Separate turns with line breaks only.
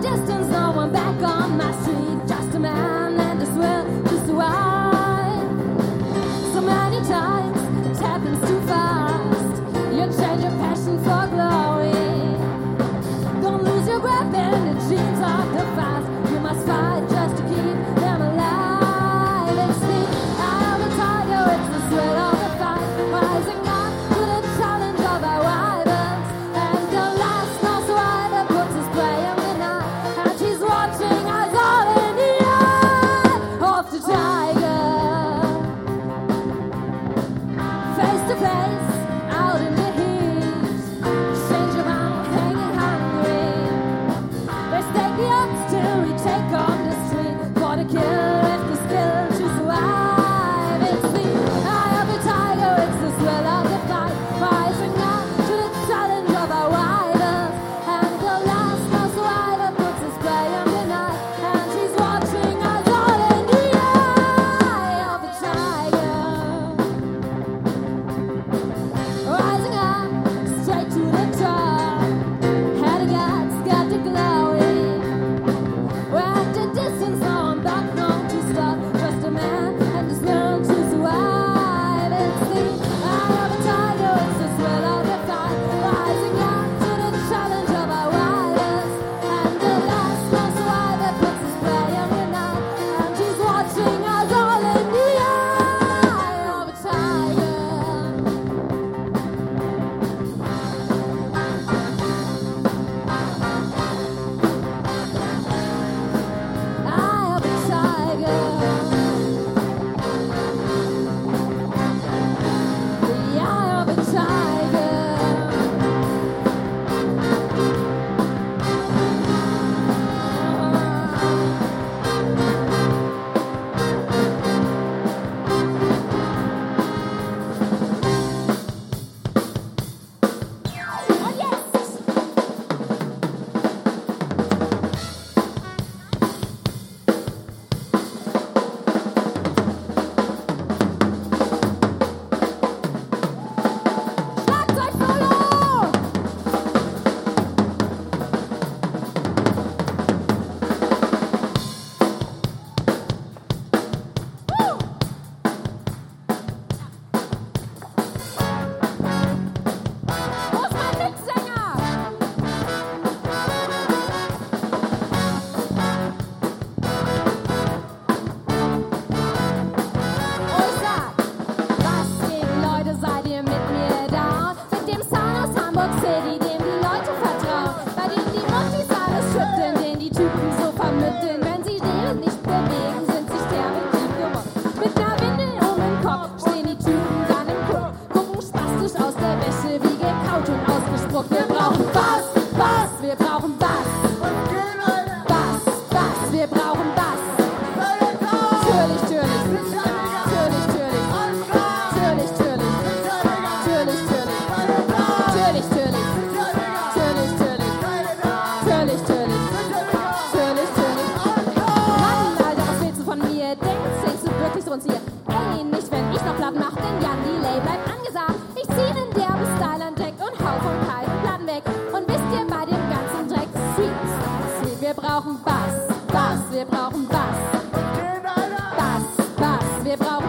distance, no one back on my street. Just a man and his will to survive. So many times it happens too fast. You change your passion for glory. Don't lose your grip in the dreams of the past. You must fight just to keep them alive. It's the eye of the tiger, it's the thrill of the fight. Rising up to the challenge of our rivals. And the last no survivor puts his prey in the night. And she's watching us all in the eye of the tiger face to face, out in the heat. Change your mind, hanging hungry. Let's take the odds till we take on the street. For the kill, if the skill to survive. It's the eye of the tiger, it's the thrill of the fight. Rising up to the challenge of our rivals. And the last house rider puts his play on the night. And she's watching us all in the eye of the tiger. Rising up, straight to the top. Head of God's got the glory. We're at the distance, no I'm back, no to stop. Just a man and his will to survive. It's the eye of a tiger, it's the thrill of the fight. Rising up to the challenge of our rivals. And the last man survivor puts his play on the night. And she's watching us all in the eye of a tiger. I am a tiger. The eye of a tiger. Oh, yes! Schlagzeug solo! Wo ist mein Mitsänger? Äußert! Was gegen Leute seid ihr mit mir down? Mit dem Sound aus Hamburg City, dem die Leute vertrauen. Bei dem die Muttis alles schütteln, den die Typen so vermitteln. Wenn sie den nicht bewegen, sind sie sterbend geworden. Mit einer Windel um den Kopf stehen die Typen dann im Club. Gucken spastisch aus der Wäsche, wie gekaut und ausgespuckt. Wir brauchen was, was, wir brauchen was. Was, was, wir brauchen was. Natürlich, natürlich. Natürlich, natürlich. Natürlich, natürlich. Natürlich, natürlich. Natürlich, natürlich. Natürlich, natürlich. Natürlich, natürlich. Natürlich, natürlich. Mann, Alter, was willst du von mir? Denkst du, ich sitze wirklich so uns hier? Ey, nicht wenn ich noch platt mach, denn Jan Delay bleibt angesagt. Ich zieh in der bis Thailand Jack und hau vom kalten Platten weg. Und wisst ihr bei dem ganzen Dreck, Sweet, Sweet, wir brauchen Bass, Bass, wir brauchen Bass. Bass, Bass, wir brauchen